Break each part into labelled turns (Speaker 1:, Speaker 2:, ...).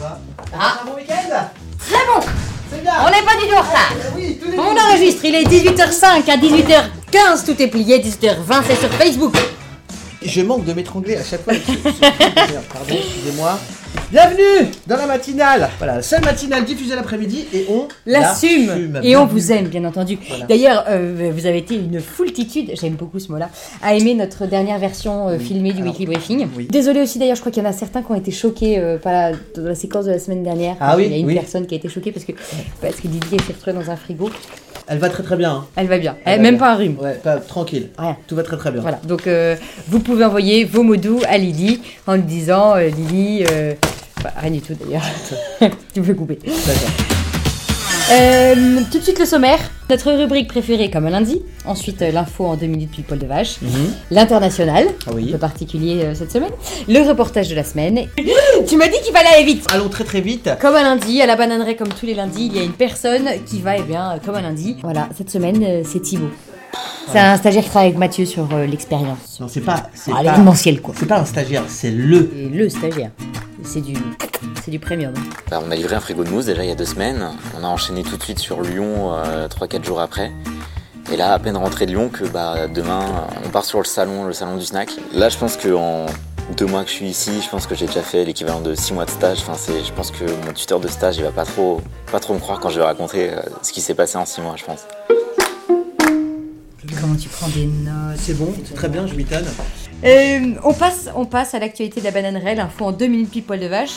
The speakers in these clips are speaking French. Speaker 1: va
Speaker 2: Ah.
Speaker 1: Passez Bah, un bon week-end
Speaker 2: Très bon
Speaker 1: C'est bien
Speaker 2: On n'est pas du tout en retard
Speaker 1: Eh Oui, tous les
Speaker 2: On
Speaker 1: jours.
Speaker 2: enregistre, il est 18h05 à 18h15, tout est plié, 18h20 c'est sur Facebook.
Speaker 1: Je manque de m'étrangler à chaque fois. avec ce- ce truc de merde. Pardon, excusez-moi. Bienvenue dans la matinale. Voilà, la seule matinale diffusée l'après-midi et on
Speaker 2: L'assume Et on vous
Speaker 1: aime.
Speaker 2: aime, bien entendu.
Speaker 1: Voilà.
Speaker 2: D'ailleurs, euh, vous avez été une foultitude, j'aime beaucoup ce mot-là, à aimer notre dernière version euh,
Speaker 1: Oui.
Speaker 2: filmée du
Speaker 1: Alors,
Speaker 2: Weekly Briefing.
Speaker 1: oui.
Speaker 2: Désolé aussi, d'ailleurs, je crois qu'il y en a certains qui ont été choqués euh, par la, de la séquence de la semaine dernière.
Speaker 1: Ah oui,
Speaker 2: Il y a une
Speaker 1: oui.
Speaker 2: personne qui a été choquée parce que, parce que Didier s'est retrouvé dans un frigo.
Speaker 1: Elle va très très bien. hein.
Speaker 2: Elle va bien,
Speaker 1: Elle
Speaker 2: Eh,
Speaker 1: va
Speaker 2: même
Speaker 1: bien.
Speaker 2: pas un rhume.
Speaker 1: Ouais, pas, tranquille. Hein,
Speaker 2: Rien.
Speaker 1: Tout va très très bien.
Speaker 2: Voilà, donc euh, vous pouvez envoyer vos mots doux à Lily en lui disant euh, Lily, euh, bah, rien du tout d'ailleurs, tu peux couper.
Speaker 1: D'accord.
Speaker 2: Euh, tout de suite le sommaire, notre rubrique préférée comme un lundi, ensuite euh, l'info en deux minutes puis le poil de vache,
Speaker 1: Mhm.
Speaker 2: l'international,
Speaker 1: Ah oui.
Speaker 2: le particulier euh, cette semaine, le reportage de la semaine. tu m'as dit qu'il fallait aller vite
Speaker 1: Allons très très vite.
Speaker 2: comme un lundi, à la bananerie comme tous les lundis, il y a une personne qui va, eh bien, comme un lundi. Voilà, cette semaine, euh, c'est Thibaut. C'est un stagiaire qui travaille avec Mathieu sur euh, l'expérience.
Speaker 1: Non, c'est pas. C'est
Speaker 2: Ah,
Speaker 1: pas,
Speaker 2: l'événementiel, quoi.
Speaker 1: c'est pas un stagiaire, c'est le.
Speaker 2: Et le stagiaire. C'est du, c'est du premium.
Speaker 3: Bah, on a livré un frigo de mousse déjà il y a deux semaines. On a enchaîné tout de suite sur Lyon euh, trois 3-4 jours après. Et là, à peine rentré de Lyon, que bah, demain, euh, on part sur le salon, le salon du snack. Là, je pense qu'en deux mois que je suis ici, je pense que j'ai déjà fait l'équivalent de six mois de stage. Enfin, c'est, je pense que mon tuteur de stage, il va pas trop, pas trop me croire quand je vais raconter euh, ce qui s'est passé en six mois, je pense.
Speaker 2: Comment tu prends des notes Euh,
Speaker 1: C'est bon, c'est très bien, je m'étonne.
Speaker 2: on, passe, on passe à l'actualité de la bananerelle, info en 2 minutes pile poil de vache.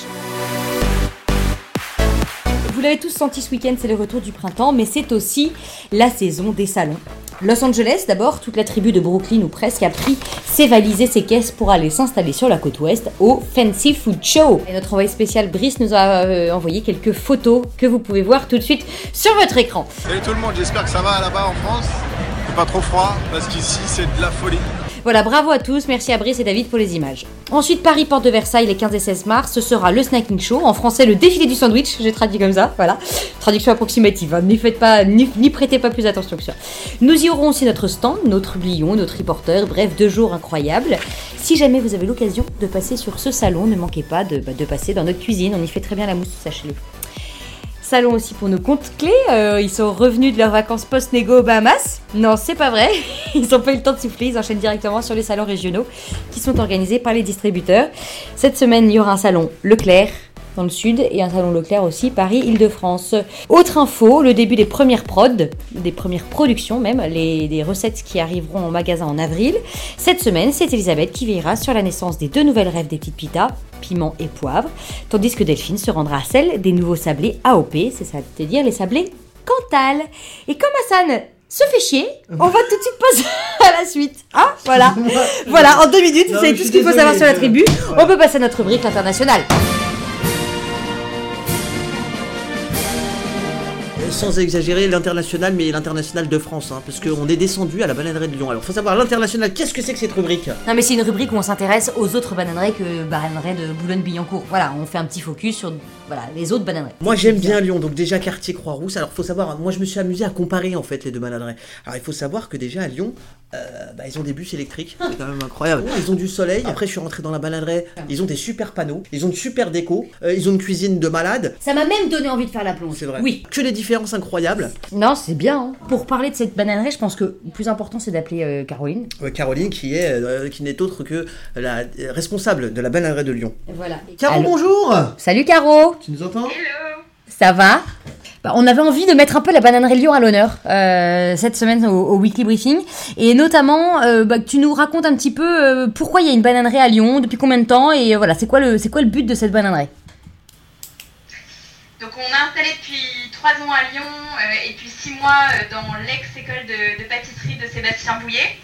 Speaker 2: Vous l'avez tous senti ce week-end, c'est le retour du printemps, mais c'est aussi la saison des salons. Los Angeles, d'abord, toute la tribu de Brooklyn ou presque a pris ses valises et ses caisses pour aller s'installer sur la côte ouest au Fancy Food Show. Et notre envoyé spécial Brice nous a euh, envoyé quelques photos que vous pouvez voir tout de suite sur votre écran.
Speaker 4: Salut tout le monde, j'espère que ça va là-bas en France. Il fait Pas trop froid, parce qu'ici c'est de la folie.
Speaker 2: Voilà, bravo à tous, merci à Brice et David pour les images. Ensuite, Paris, Porte de Versailles, les 15 et 16 mars, ce sera le Snacking Show, en français le défilé du sandwich, j'ai traduit comme ça, voilà. Traduction approximative, hein, n'y faites pas, n'y n'y prêtez pas plus attention que ça. Nous y aurons aussi notre stand, notre blion, notre reporter, bref, deux jours incroyables. Si jamais vous avez l'occasion de passer sur ce salon, ne manquez pas de, bah, de passer dans notre cuisine, on y fait très bien la mousse, sachez-le. Salon aussi pour nos comptes clés. euh, ils sont revenus de leurs vacances post-négo aux Bahamas. Non, c'est pas vrai. Ils n'ont pas eu le temps de souffler. Ils enchaînent directement sur les salons régionaux qui sont organisés par les distributeurs. Cette semaine, il y aura un salon Leclerc dans le sud et un salon Leclerc aussi Paris-Île-de-France. Autre info, le début des premières prods, des premières productions même, les, des recettes qui arriveront en magasin en avril. Cette semaine, c'est Elisabeth qui veillera sur la naissance des deux nouvelles rêves des petites pitas, piment et poivre, tandis que Delphine se rendra à celle des nouveaux sablés AOP, c'est-à-dire les sablés Cantal. Et comme Hassan se fait chier, on va tout de suite passer à la suite. Hein voilà. Voilà, en deux minutes,
Speaker 1: Non,
Speaker 2: vous savez
Speaker 1: mais je
Speaker 2: tout ce
Speaker 1: suis
Speaker 2: qu'il faut
Speaker 1: désolé,
Speaker 2: savoir sur la
Speaker 1: je-
Speaker 2: tribu.
Speaker 1: Voilà.
Speaker 2: On peut passer à notre rubrique internationale.
Speaker 5: Sans exagérer, l'international, mais l'international de France, hein, parce qu'on est descendu à la bananerie de Lyon. Alors, faut savoir, l'international, qu'est-ce que c'est que cette rubrique
Speaker 2: Non mais c'est une rubrique où on s'intéresse aux autres bananeraies que bananeraies de Boulogne-Billancourt. Voilà, on fait un petit focus sur voilà, les autres bananeraies.
Speaker 5: Moi, j'aime bien Lyon, donc déjà quartier Croix-Rousse. Alors, faut savoir, moi, je me suis amusé à comparer en fait les deux bananeries. Alors, il faut savoir que déjà à Lyon, euh, bah, ils ont des bus électriques, c'est quand même incroyable. Ah. Ils ont du soleil. Après, je suis rentré dans la bananerie, ils ont des super panneaux, ils ont une super déco, euh, ils ont une cuisine de malade.
Speaker 2: Ça m'a même donné envie de faire la plonge.
Speaker 5: C'est vrai.
Speaker 2: Oui.
Speaker 5: Que des différences incroyables.
Speaker 2: Non, c'est bien. hein. Pour parler de cette bananerie, je pense que le plus important c'est d'appeler euh, Caroline.
Speaker 5: Euh, Caroline, qui est, euh, qui n'est autre que la euh, responsable de la bananerie de Lyon.
Speaker 2: Voilà.
Speaker 1: Caro,
Speaker 2: Allô.
Speaker 1: bonjour
Speaker 2: Salut Caro,
Speaker 1: Tu nous entends
Speaker 2: ça va Bah, on avait envie de mettre un peu la bananerie Lyon à l'honneur euh, cette semaine au, au weekly briefing et notamment euh, bah, que tu nous racontes un petit peu euh, pourquoi il y a une bananerie à Lyon, depuis combien de temps et euh, voilà c'est quoi le c'est quoi le but de cette bananerie
Speaker 6: Donc on a installé depuis 3 ans à Lyon euh, et puis 6 mois euh, dans l'ex-école de, de pâtisserie de Sébastien Bouillet.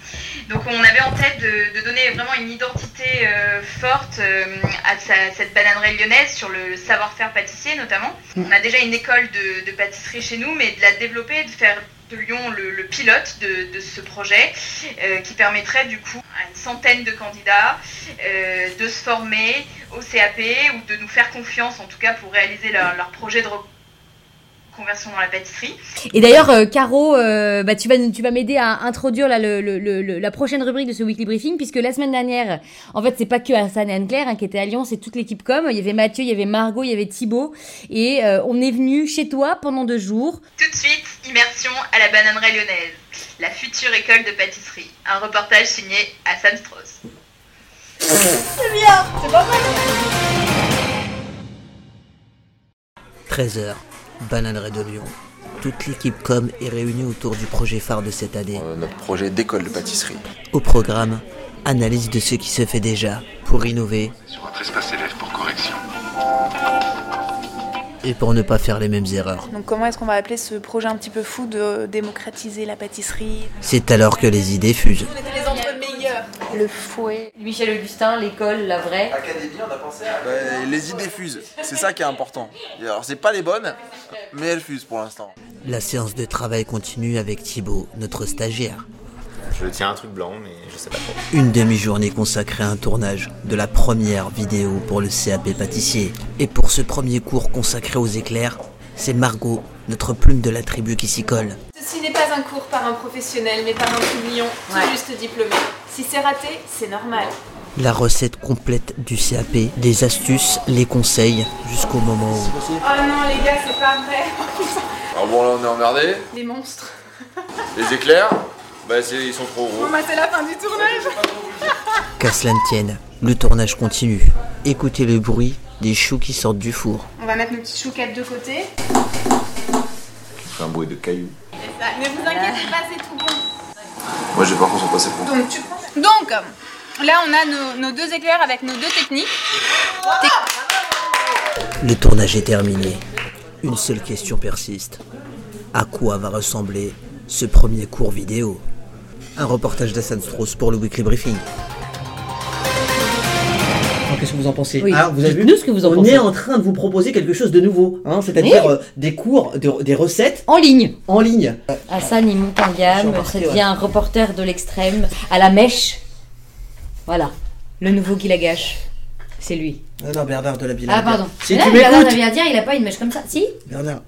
Speaker 6: Donc on avait en tête de, de donner vraiment une identité euh, forte euh, à sa- cette bananerie lyonnaise sur le savoir-faire pâtissier notamment. On a déjà une école de, de pâtisserie chez nous, mais de la développer, de faire de Lyon le, le pilote de, de ce projet euh, qui permettrait du coup à une centaine de candidats euh, de se former, au CAP ou de nous faire confiance en tout cas pour réaliser leur, leur projet de, re- conversion dans la pâtisserie.
Speaker 2: Et d'ailleurs, euh, Caro, euh, bah, tu vas, nous- tu vas m'aider à introduire là, le- le- le- le- la prochaine rubrique de ce weekly briefing, puisque la semaine dernière, en fait, c'est pas que Hassan et Anne-Claire hein, qui étaient à Lyon, c'est toute l'équipe com. Il y avait Mathieu, il y avait Margot, il y avait Thibaut. Et euh, on est venu chez toi pendant deux jours.
Speaker 6: Tout de suite, immersion à la bananeraie lyonnaise, la future école de pâtisserie. Un reportage signé à Sam Strauss. C'est pas mal
Speaker 5: 13h, Bananeraie de Lyon. Toute l'équipe com est réunie autour du projet phare de cette année.
Speaker 7: Euh, notre projet d'école de pâtisserie.
Speaker 5: Au programme, analyse de ce qui se fait déjà pour innover
Speaker 8: Sur votre espace élève pour correction.
Speaker 5: et pour ne pas faire les mêmes erreurs.
Speaker 9: Donc comment est-ce qu'on va appeler ce projet un petit peu fou de démocratiser la pâtisserie
Speaker 5: C'est alors que les idées fusent.
Speaker 9: Le fouet.
Speaker 2: Michel Augustin, l'école, la vraie.
Speaker 7: Académie, on a pensé à. les idées fusent, c'est ça qui est important. Et alors, c'est pas les bonnes, mais elles fusent pour l'instant.
Speaker 5: La séance de travail continue avec Thibaut, notre stagiaire.
Speaker 3: Je tiens un truc blanc, mais je sais pas trop.
Speaker 5: Une demi-journée consacrée à un tournage de la première vidéo pour le CAP pâtissier. Et pour ce premier cours consacré aux éclairs, c'est Margot, notre plume de la tribu qui s'y colle.
Speaker 10: Ceci n'est pas un cours par un professionnel, mais par un publion, tout
Speaker 2: Ouais.
Speaker 10: juste diplômé. Si c'est raté, c'est normal.
Speaker 5: La recette complète du CAP, des astuces, les conseils, jusqu'au moment où...
Speaker 10: Oh non, les gars, c'est pas vrai.
Speaker 7: Alors Ah bon, là, on est emmerdé.
Speaker 10: Des monstres.
Speaker 7: Les éclairs, bah, c'est- ils sont trop gros.
Speaker 10: Bon, bah, c'est la fin du tournage.
Speaker 5: Qu'à cela ne tienne, le tournage continue. Écoutez le bruit des choux qui sortent du four.
Speaker 10: On va mettre nos petites chouquettes de côté.
Speaker 7: C'est un bruit de cailloux.
Speaker 10: Ne vous inquiétez pas, c'est tout bon.
Speaker 7: Moi, j'ai pas qu'on soit passé pour.
Speaker 10: Donc, tu prends. Donc, là, on a nos, nos deux éclairs avec nos deux techniques.
Speaker 5: Le tournage est terminé. Une seule question persiste. À quoi va ressembler ce premier cours vidéo Un reportage d'Assan Strauss pour le Weekly Briefing. Qu'est-ce que vous en pensez
Speaker 2: Oui.
Speaker 5: Ah, vous avez vu
Speaker 2: Dites-nous ce que vous en
Speaker 5: On
Speaker 2: pensez.
Speaker 5: est en train de vous proposer quelque chose de nouveau, hein, c'est-à-dire
Speaker 2: Oui.
Speaker 5: euh, des cours, de- des recettes
Speaker 2: En ligne.
Speaker 5: en ligne.
Speaker 2: Hassan, il monte en
Speaker 5: Je suis
Speaker 2: gamme, ça
Speaker 5: embarqué,
Speaker 2: devient
Speaker 5: ouais.
Speaker 2: un reporter de l'extrême, à la mèche. Voilà. Le nouveau qui la gâche. C'est lui.
Speaker 5: Euh, Non, non, Bernard de la Villa.
Speaker 2: Ah, pardon.
Speaker 5: Si
Speaker 2: Mais là,
Speaker 5: tu
Speaker 2: Bernard
Speaker 5: m'écoutes
Speaker 2: n'avait rien à dire, il a pas une mèche comme ça. Si
Speaker 5: Bernard,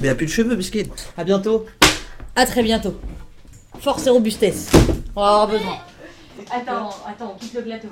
Speaker 5: mais il a plus de cheveux, biscuit. À bientôt.
Speaker 2: À très bientôt. Force et robustesse. On va avoir besoin. Attends, attends, on quitte le plateau.